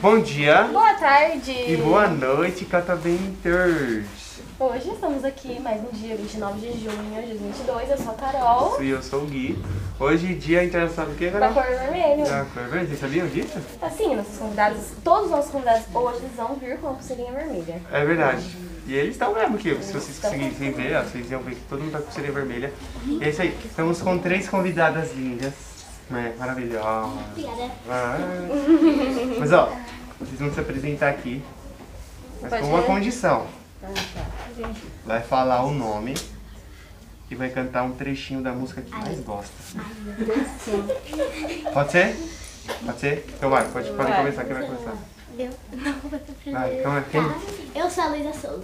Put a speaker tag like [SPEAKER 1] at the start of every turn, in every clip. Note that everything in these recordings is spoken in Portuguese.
[SPEAKER 1] Bom dia
[SPEAKER 2] Boa tarde!
[SPEAKER 1] e boa noite, Catabenters.
[SPEAKER 2] Hoje estamos aqui mais um dia, 29 de junho de 2022. Eu sou a Carol,
[SPEAKER 1] E eu sou o Gui. Hoje, dia internacional do que,
[SPEAKER 2] da
[SPEAKER 1] Carol?
[SPEAKER 2] cor vermelho.
[SPEAKER 1] Da cor verde. Vocês sabiam disso?
[SPEAKER 2] Assim, nossos convidados, todos os nossos convidados hoje eles vão vir com a pulseirinha vermelha.
[SPEAKER 1] É verdade. E eles estão mesmo aqui. Se vocês conseguissem ver, ó, vocês iam ver que todo mundo tá com pulseira vermelha. E é isso aí. Estamos com três convidadas lindas. né, Maravilhosas.
[SPEAKER 3] Obrigada.
[SPEAKER 1] Ah. Mas ó, vocês vão se apresentar aqui. Mas
[SPEAKER 2] Pode
[SPEAKER 1] com uma
[SPEAKER 2] ir. Ah, tá.
[SPEAKER 1] condição. Vai falar o nome e vai cantar um trechinho da música que mais gosta. Pode ser? Pode ser? Então vai, pode, pode
[SPEAKER 2] Vai.
[SPEAKER 1] começar, quem vai começar?
[SPEAKER 3] Meu nome é
[SPEAKER 1] Vai,
[SPEAKER 3] primeiro.
[SPEAKER 1] então é quem?
[SPEAKER 3] Tá. Eu sou a Luísa Souza.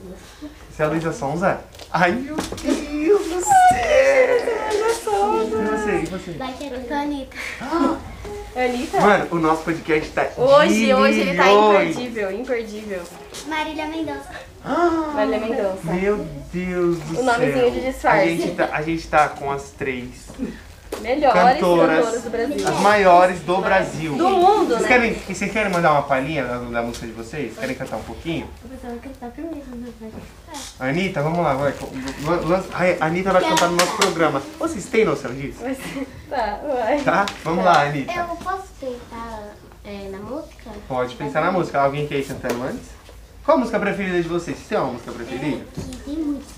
[SPEAKER 1] Você é a Luísa Sonza? Ai meu Deus do céu! E você, e você?
[SPEAKER 3] Vai querer. Eu sou a Anitta.
[SPEAKER 2] Anitta?
[SPEAKER 1] Mano, o nosso podcast tá
[SPEAKER 2] Hoje,
[SPEAKER 1] de
[SPEAKER 2] hoje ele tá
[SPEAKER 1] milhões.
[SPEAKER 2] imperdível, imperdível.
[SPEAKER 3] Marília Mendonça.
[SPEAKER 1] Ah!
[SPEAKER 2] Marília Mendonça.
[SPEAKER 1] Meu Deus do
[SPEAKER 2] O nomezinho
[SPEAKER 1] céu.
[SPEAKER 2] de disfarce.
[SPEAKER 1] A gente, tá, a gente tá com as três.
[SPEAKER 2] Melhores
[SPEAKER 1] Cantoras.
[SPEAKER 2] cantoras do Brasil.
[SPEAKER 1] As maiores do Brasil.
[SPEAKER 2] Do mundo,
[SPEAKER 1] Vocês
[SPEAKER 2] né?
[SPEAKER 1] querem, vocês querem mandar uma palhinha da, da música de vocês? Querem cantar um pouquinho?
[SPEAKER 3] Eu vou cantar primeiro, não vai?
[SPEAKER 1] Anitta, vamos lá, vai. Lan- lança- Ai, A Anitta vai cantar no nosso programa. Vocês têm noção disso?
[SPEAKER 2] Mas- Tá, vai.
[SPEAKER 1] Tá? Vamos lá, Anitta.
[SPEAKER 3] Eu posso tentar é, na música?
[SPEAKER 1] Pode pensar na música. Alguém quer ir cantando antes? Qual a música preferida de vocês? Vocês têm uma música preferida?
[SPEAKER 3] Que tem muitos.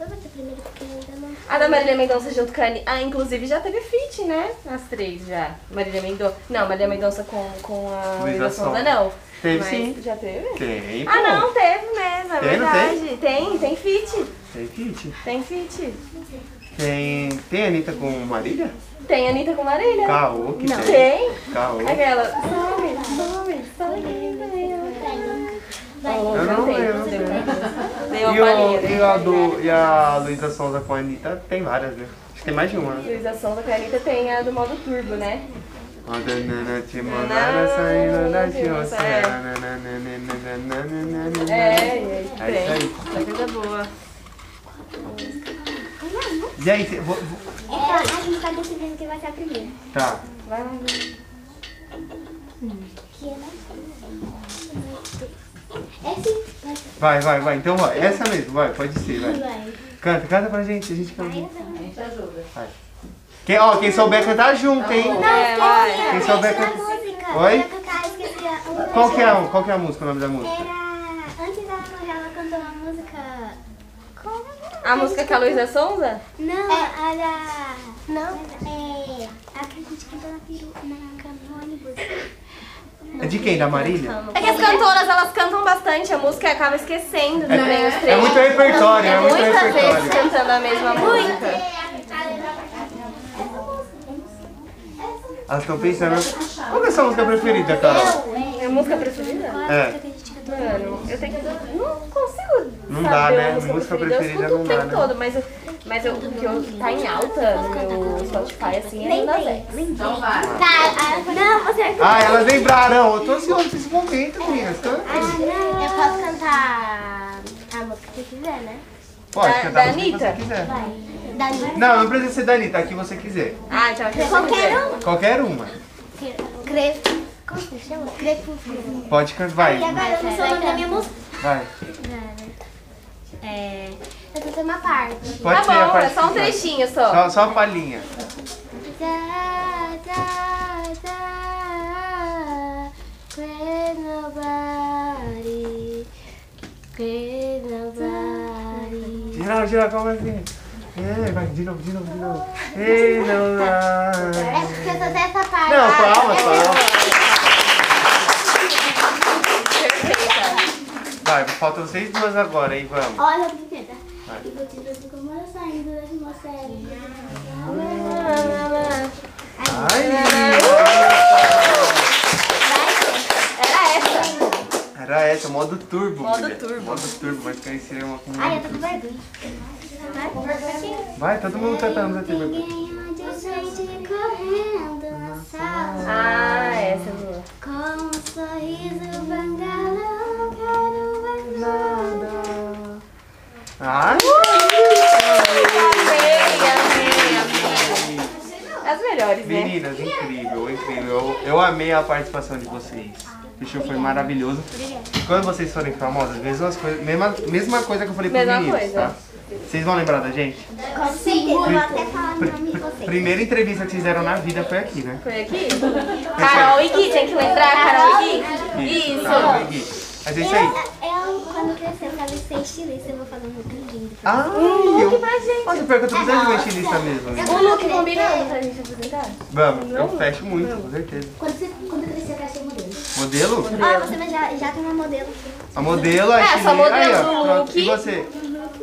[SPEAKER 3] Eu vou ter primeiro porque eu ainda não.
[SPEAKER 2] A da Marília Mendonça junto com a Anitta. Ah, inclusive já teve feat, né? As três já. Marília Mendonça. Não, Marília Mendonça com, com a
[SPEAKER 1] Luísa
[SPEAKER 2] Luísa Sonza,
[SPEAKER 1] Sonza.
[SPEAKER 2] não.
[SPEAKER 1] Teve
[SPEAKER 2] Mas
[SPEAKER 1] sim.
[SPEAKER 2] Já teve?
[SPEAKER 1] Tem,
[SPEAKER 2] Ah,
[SPEAKER 1] pô.
[SPEAKER 2] não, teve mesmo, é
[SPEAKER 1] Tem, não tem?
[SPEAKER 2] verdade. Tem, tem fit.
[SPEAKER 1] Tem Kit.
[SPEAKER 2] Tem fit.
[SPEAKER 1] Tem, tem Anitta com Marília?
[SPEAKER 2] Tem Anitta com Marília.
[SPEAKER 1] Caô, que
[SPEAKER 2] Não. É.
[SPEAKER 1] tem.
[SPEAKER 2] Tem?
[SPEAKER 1] Caô.
[SPEAKER 2] Aquela. Some, some, some. Oh,
[SPEAKER 1] Eu não
[SPEAKER 2] tem,
[SPEAKER 1] lembro,
[SPEAKER 2] não tem.
[SPEAKER 1] não
[SPEAKER 2] Deu
[SPEAKER 1] E,
[SPEAKER 2] uma palhinha.
[SPEAKER 1] o, e, a
[SPEAKER 2] né?
[SPEAKER 1] do, e a Luísa Sonza com a Anitta tem várias, né? Acho que tem mais de uma. né?
[SPEAKER 2] Luísa Sonza com a Anitta tem a do modo turbo, né?
[SPEAKER 1] Quando nana te mandara saindo da de oceano, nananana.
[SPEAKER 2] É, e aí
[SPEAKER 1] É isso
[SPEAKER 2] tem. Uma coisa boa.
[SPEAKER 1] E aí, cê- vou- vou-
[SPEAKER 3] É, a gente tá decidindo quem vai ser a primeira.
[SPEAKER 1] tá.
[SPEAKER 2] Vai lá.
[SPEAKER 3] Que é na. É sim. Vai ser.
[SPEAKER 1] Vai, vai, vai. Então, ó, essa mesmo, vai, pode ser, vai.
[SPEAKER 3] Vai.
[SPEAKER 1] Canta, canta pra gente, a gente canta.
[SPEAKER 3] Vai.
[SPEAKER 1] Quem, ó, quem souber cantar junto, hein?
[SPEAKER 2] É, vai.
[SPEAKER 1] Quem
[SPEAKER 3] Não,
[SPEAKER 1] souber
[SPEAKER 3] esqueci
[SPEAKER 1] can-
[SPEAKER 3] a música.
[SPEAKER 1] Oi?
[SPEAKER 3] Eu ia cantar, esqueci a- o nome
[SPEAKER 1] Qual que é,
[SPEAKER 3] dela.
[SPEAKER 1] o- qual que é a música, o nome da música?
[SPEAKER 3] Era. Antes da Ana ela cantou uma música. Como?
[SPEAKER 2] A música com a Luísa Sonza?
[SPEAKER 3] Não, era. É. Não? É. A que a gente cantou na peru. Na no ônibus.
[SPEAKER 1] É de quem? Da Marília?
[SPEAKER 2] É que as cantoras, elas cantam bastante, a música acaba esquecendo né? também os
[SPEAKER 1] É
[SPEAKER 2] três.
[SPEAKER 1] muito repertório, é muito
[SPEAKER 2] Muitas vezes
[SPEAKER 1] repertório.
[SPEAKER 2] cantando a mesma música.
[SPEAKER 1] Elas estão pensando. Qual que é a sua música preferida, Carol?
[SPEAKER 2] Minha É música preferida?
[SPEAKER 3] Qual
[SPEAKER 1] É.
[SPEAKER 3] a música que a gente cantou?
[SPEAKER 2] Mano, eu tenho que. Não consigo.
[SPEAKER 1] Não dá,
[SPEAKER 2] saber
[SPEAKER 1] né?
[SPEAKER 2] a
[SPEAKER 1] Música preferida
[SPEAKER 2] eu escuto
[SPEAKER 1] não
[SPEAKER 2] o
[SPEAKER 1] dá,
[SPEAKER 2] tempo
[SPEAKER 1] né?
[SPEAKER 2] todo, mas, eu, mas eu, o que eu, tá em alta no meu Spotify, assim, é Linda Zex.
[SPEAKER 3] Tá, a- não, você vai
[SPEAKER 1] Ah, elas lembraram. Eu tô ansioso pra esse momento,
[SPEAKER 2] É.
[SPEAKER 1] meninas. Tô-
[SPEAKER 3] Ah, Eu posso cantar a música que quiser, né?
[SPEAKER 1] Pode
[SPEAKER 2] Ah, Da-
[SPEAKER 1] cantar
[SPEAKER 2] da
[SPEAKER 1] a música que você
[SPEAKER 2] Anitta?
[SPEAKER 1] quiser.
[SPEAKER 3] Vai. Da Anitta.
[SPEAKER 1] Não, não precisa ser da Anitta, a que você quiser.
[SPEAKER 2] Ah, então aqui
[SPEAKER 3] Qualquer um.
[SPEAKER 1] Qualquer uma.
[SPEAKER 3] Crepo. Como se chama? é Crepo. E
[SPEAKER 1] Pode cantar. Vai,
[SPEAKER 3] agora eu não sou o nome da minha música.
[SPEAKER 1] vai.
[SPEAKER 3] É. Eu tô uma parte.
[SPEAKER 2] Tá
[SPEAKER 1] Pode ser a
[SPEAKER 2] bom, é
[SPEAKER 1] parte
[SPEAKER 2] só um
[SPEAKER 1] que vai.
[SPEAKER 2] trechinho só.
[SPEAKER 1] assim, Só, só a palhinha.
[SPEAKER 3] Da, da, da. Great nobody. Great nobody.
[SPEAKER 1] Geral, geral, calma assim. É, vai, de novo, de novo, de novo. Ei, não,
[SPEAKER 3] É
[SPEAKER 1] não.
[SPEAKER 3] porque eu sou dessa parte.
[SPEAKER 1] Não,
[SPEAKER 3] É
[SPEAKER 2] é
[SPEAKER 1] palmas, palmas.
[SPEAKER 2] Perfeita.
[SPEAKER 1] Vai, falta vocês duas agora, hein? Vamos.
[SPEAKER 3] Olha a primeira.
[SPEAKER 1] Vai.
[SPEAKER 3] E vou te dizer como eu saí durante uma série.
[SPEAKER 1] Ai!
[SPEAKER 2] Era essa.
[SPEAKER 1] Era essa, modo turbo.
[SPEAKER 2] Modo
[SPEAKER 1] mulher.
[SPEAKER 2] turbo.
[SPEAKER 1] Modo turbo, vai ficar em cinema com.
[SPEAKER 3] Ai, eu tô com vergonha. Vai, vai,
[SPEAKER 1] Vai, todo mundo cantando na TV.
[SPEAKER 3] Ninguém de gente correndo na sala.
[SPEAKER 2] Ah, essa é boa.
[SPEAKER 3] Com um sorriso bangalão, quero mais nada.
[SPEAKER 1] Ai,
[SPEAKER 2] Amei, amei, amei. As melhores, né?
[SPEAKER 1] meninas, incrível, incrível. Eu, eu amei a participação de vocês. O show foi maravilhoso. Quando vocês forem famosas, mesmas coisa, mesma, mesma coisa que eu falei pros
[SPEAKER 2] Mesma
[SPEAKER 1] meninos,
[SPEAKER 2] coisa.
[SPEAKER 1] tá? Vocês vão lembrar da gente?
[SPEAKER 3] Com certeza. Vou até falar o nome de vocês.
[SPEAKER 1] Primeira entrevista que vocês deram na vida foi aqui, né?
[SPEAKER 2] Foi aqui? Carol e Gui, tem que lembrar, Carol e Gui?
[SPEAKER 1] Tá,
[SPEAKER 2] Isso.
[SPEAKER 1] Gui. Mas é
[SPEAKER 3] Eu,
[SPEAKER 1] isso aí.
[SPEAKER 3] eu, quando crescer, eu falei ser estilista, eu vou fazer um look lindo.
[SPEAKER 1] Ah,
[SPEAKER 2] look
[SPEAKER 1] eu...
[SPEAKER 2] mais, gente. Ah,
[SPEAKER 1] Nossa, pior que eu tô precisando de uma estilista mesmo. né?
[SPEAKER 2] Um look combinado pra gente apresentar?
[SPEAKER 1] Vamos, eu fecho muito, com certeza.
[SPEAKER 3] Quando, você, quando crescer, eu quero ser modelo.
[SPEAKER 1] Modelo?
[SPEAKER 3] Ah, você vai já, já tem uma modelo.
[SPEAKER 1] A modelo, a
[SPEAKER 2] É,
[SPEAKER 1] estilista.
[SPEAKER 2] só modelo
[SPEAKER 1] aí, ó,
[SPEAKER 2] do
[SPEAKER 1] pronto.
[SPEAKER 2] look.
[SPEAKER 1] E você?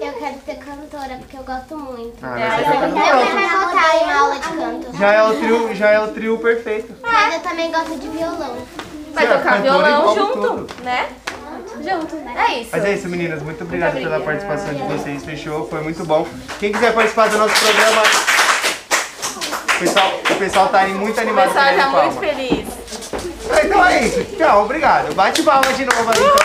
[SPEAKER 3] Eu quero ser cantora, porque eu gosto muito.
[SPEAKER 1] Ah,
[SPEAKER 2] É,
[SPEAKER 1] vai ser
[SPEAKER 2] eu
[SPEAKER 1] cantora.
[SPEAKER 3] Eu quero voltar em uma aula de canto.
[SPEAKER 1] Já é o trio, já é o trio perfeito.
[SPEAKER 3] Mas eu também gosto de violão.
[SPEAKER 2] Vai
[SPEAKER 1] Sim,
[SPEAKER 2] tocar
[SPEAKER 1] cantora
[SPEAKER 2] violão
[SPEAKER 1] envolve
[SPEAKER 2] junto,
[SPEAKER 1] tudo.
[SPEAKER 2] né? Junto. É isso.
[SPEAKER 1] Mas é isso, meninas. Muito obrigado pela participação de vocês. Fechou, foi muito bom. Quem quiser participar do nosso programa. O pessoal, o pessoal tá aí muito
[SPEAKER 2] O
[SPEAKER 1] animado.
[SPEAKER 2] pessoal
[SPEAKER 1] batendo
[SPEAKER 2] tá
[SPEAKER 1] palma.
[SPEAKER 2] muito feliz.
[SPEAKER 1] Então é isso. Tchau, obrigado. Bate palma de novo ali. então.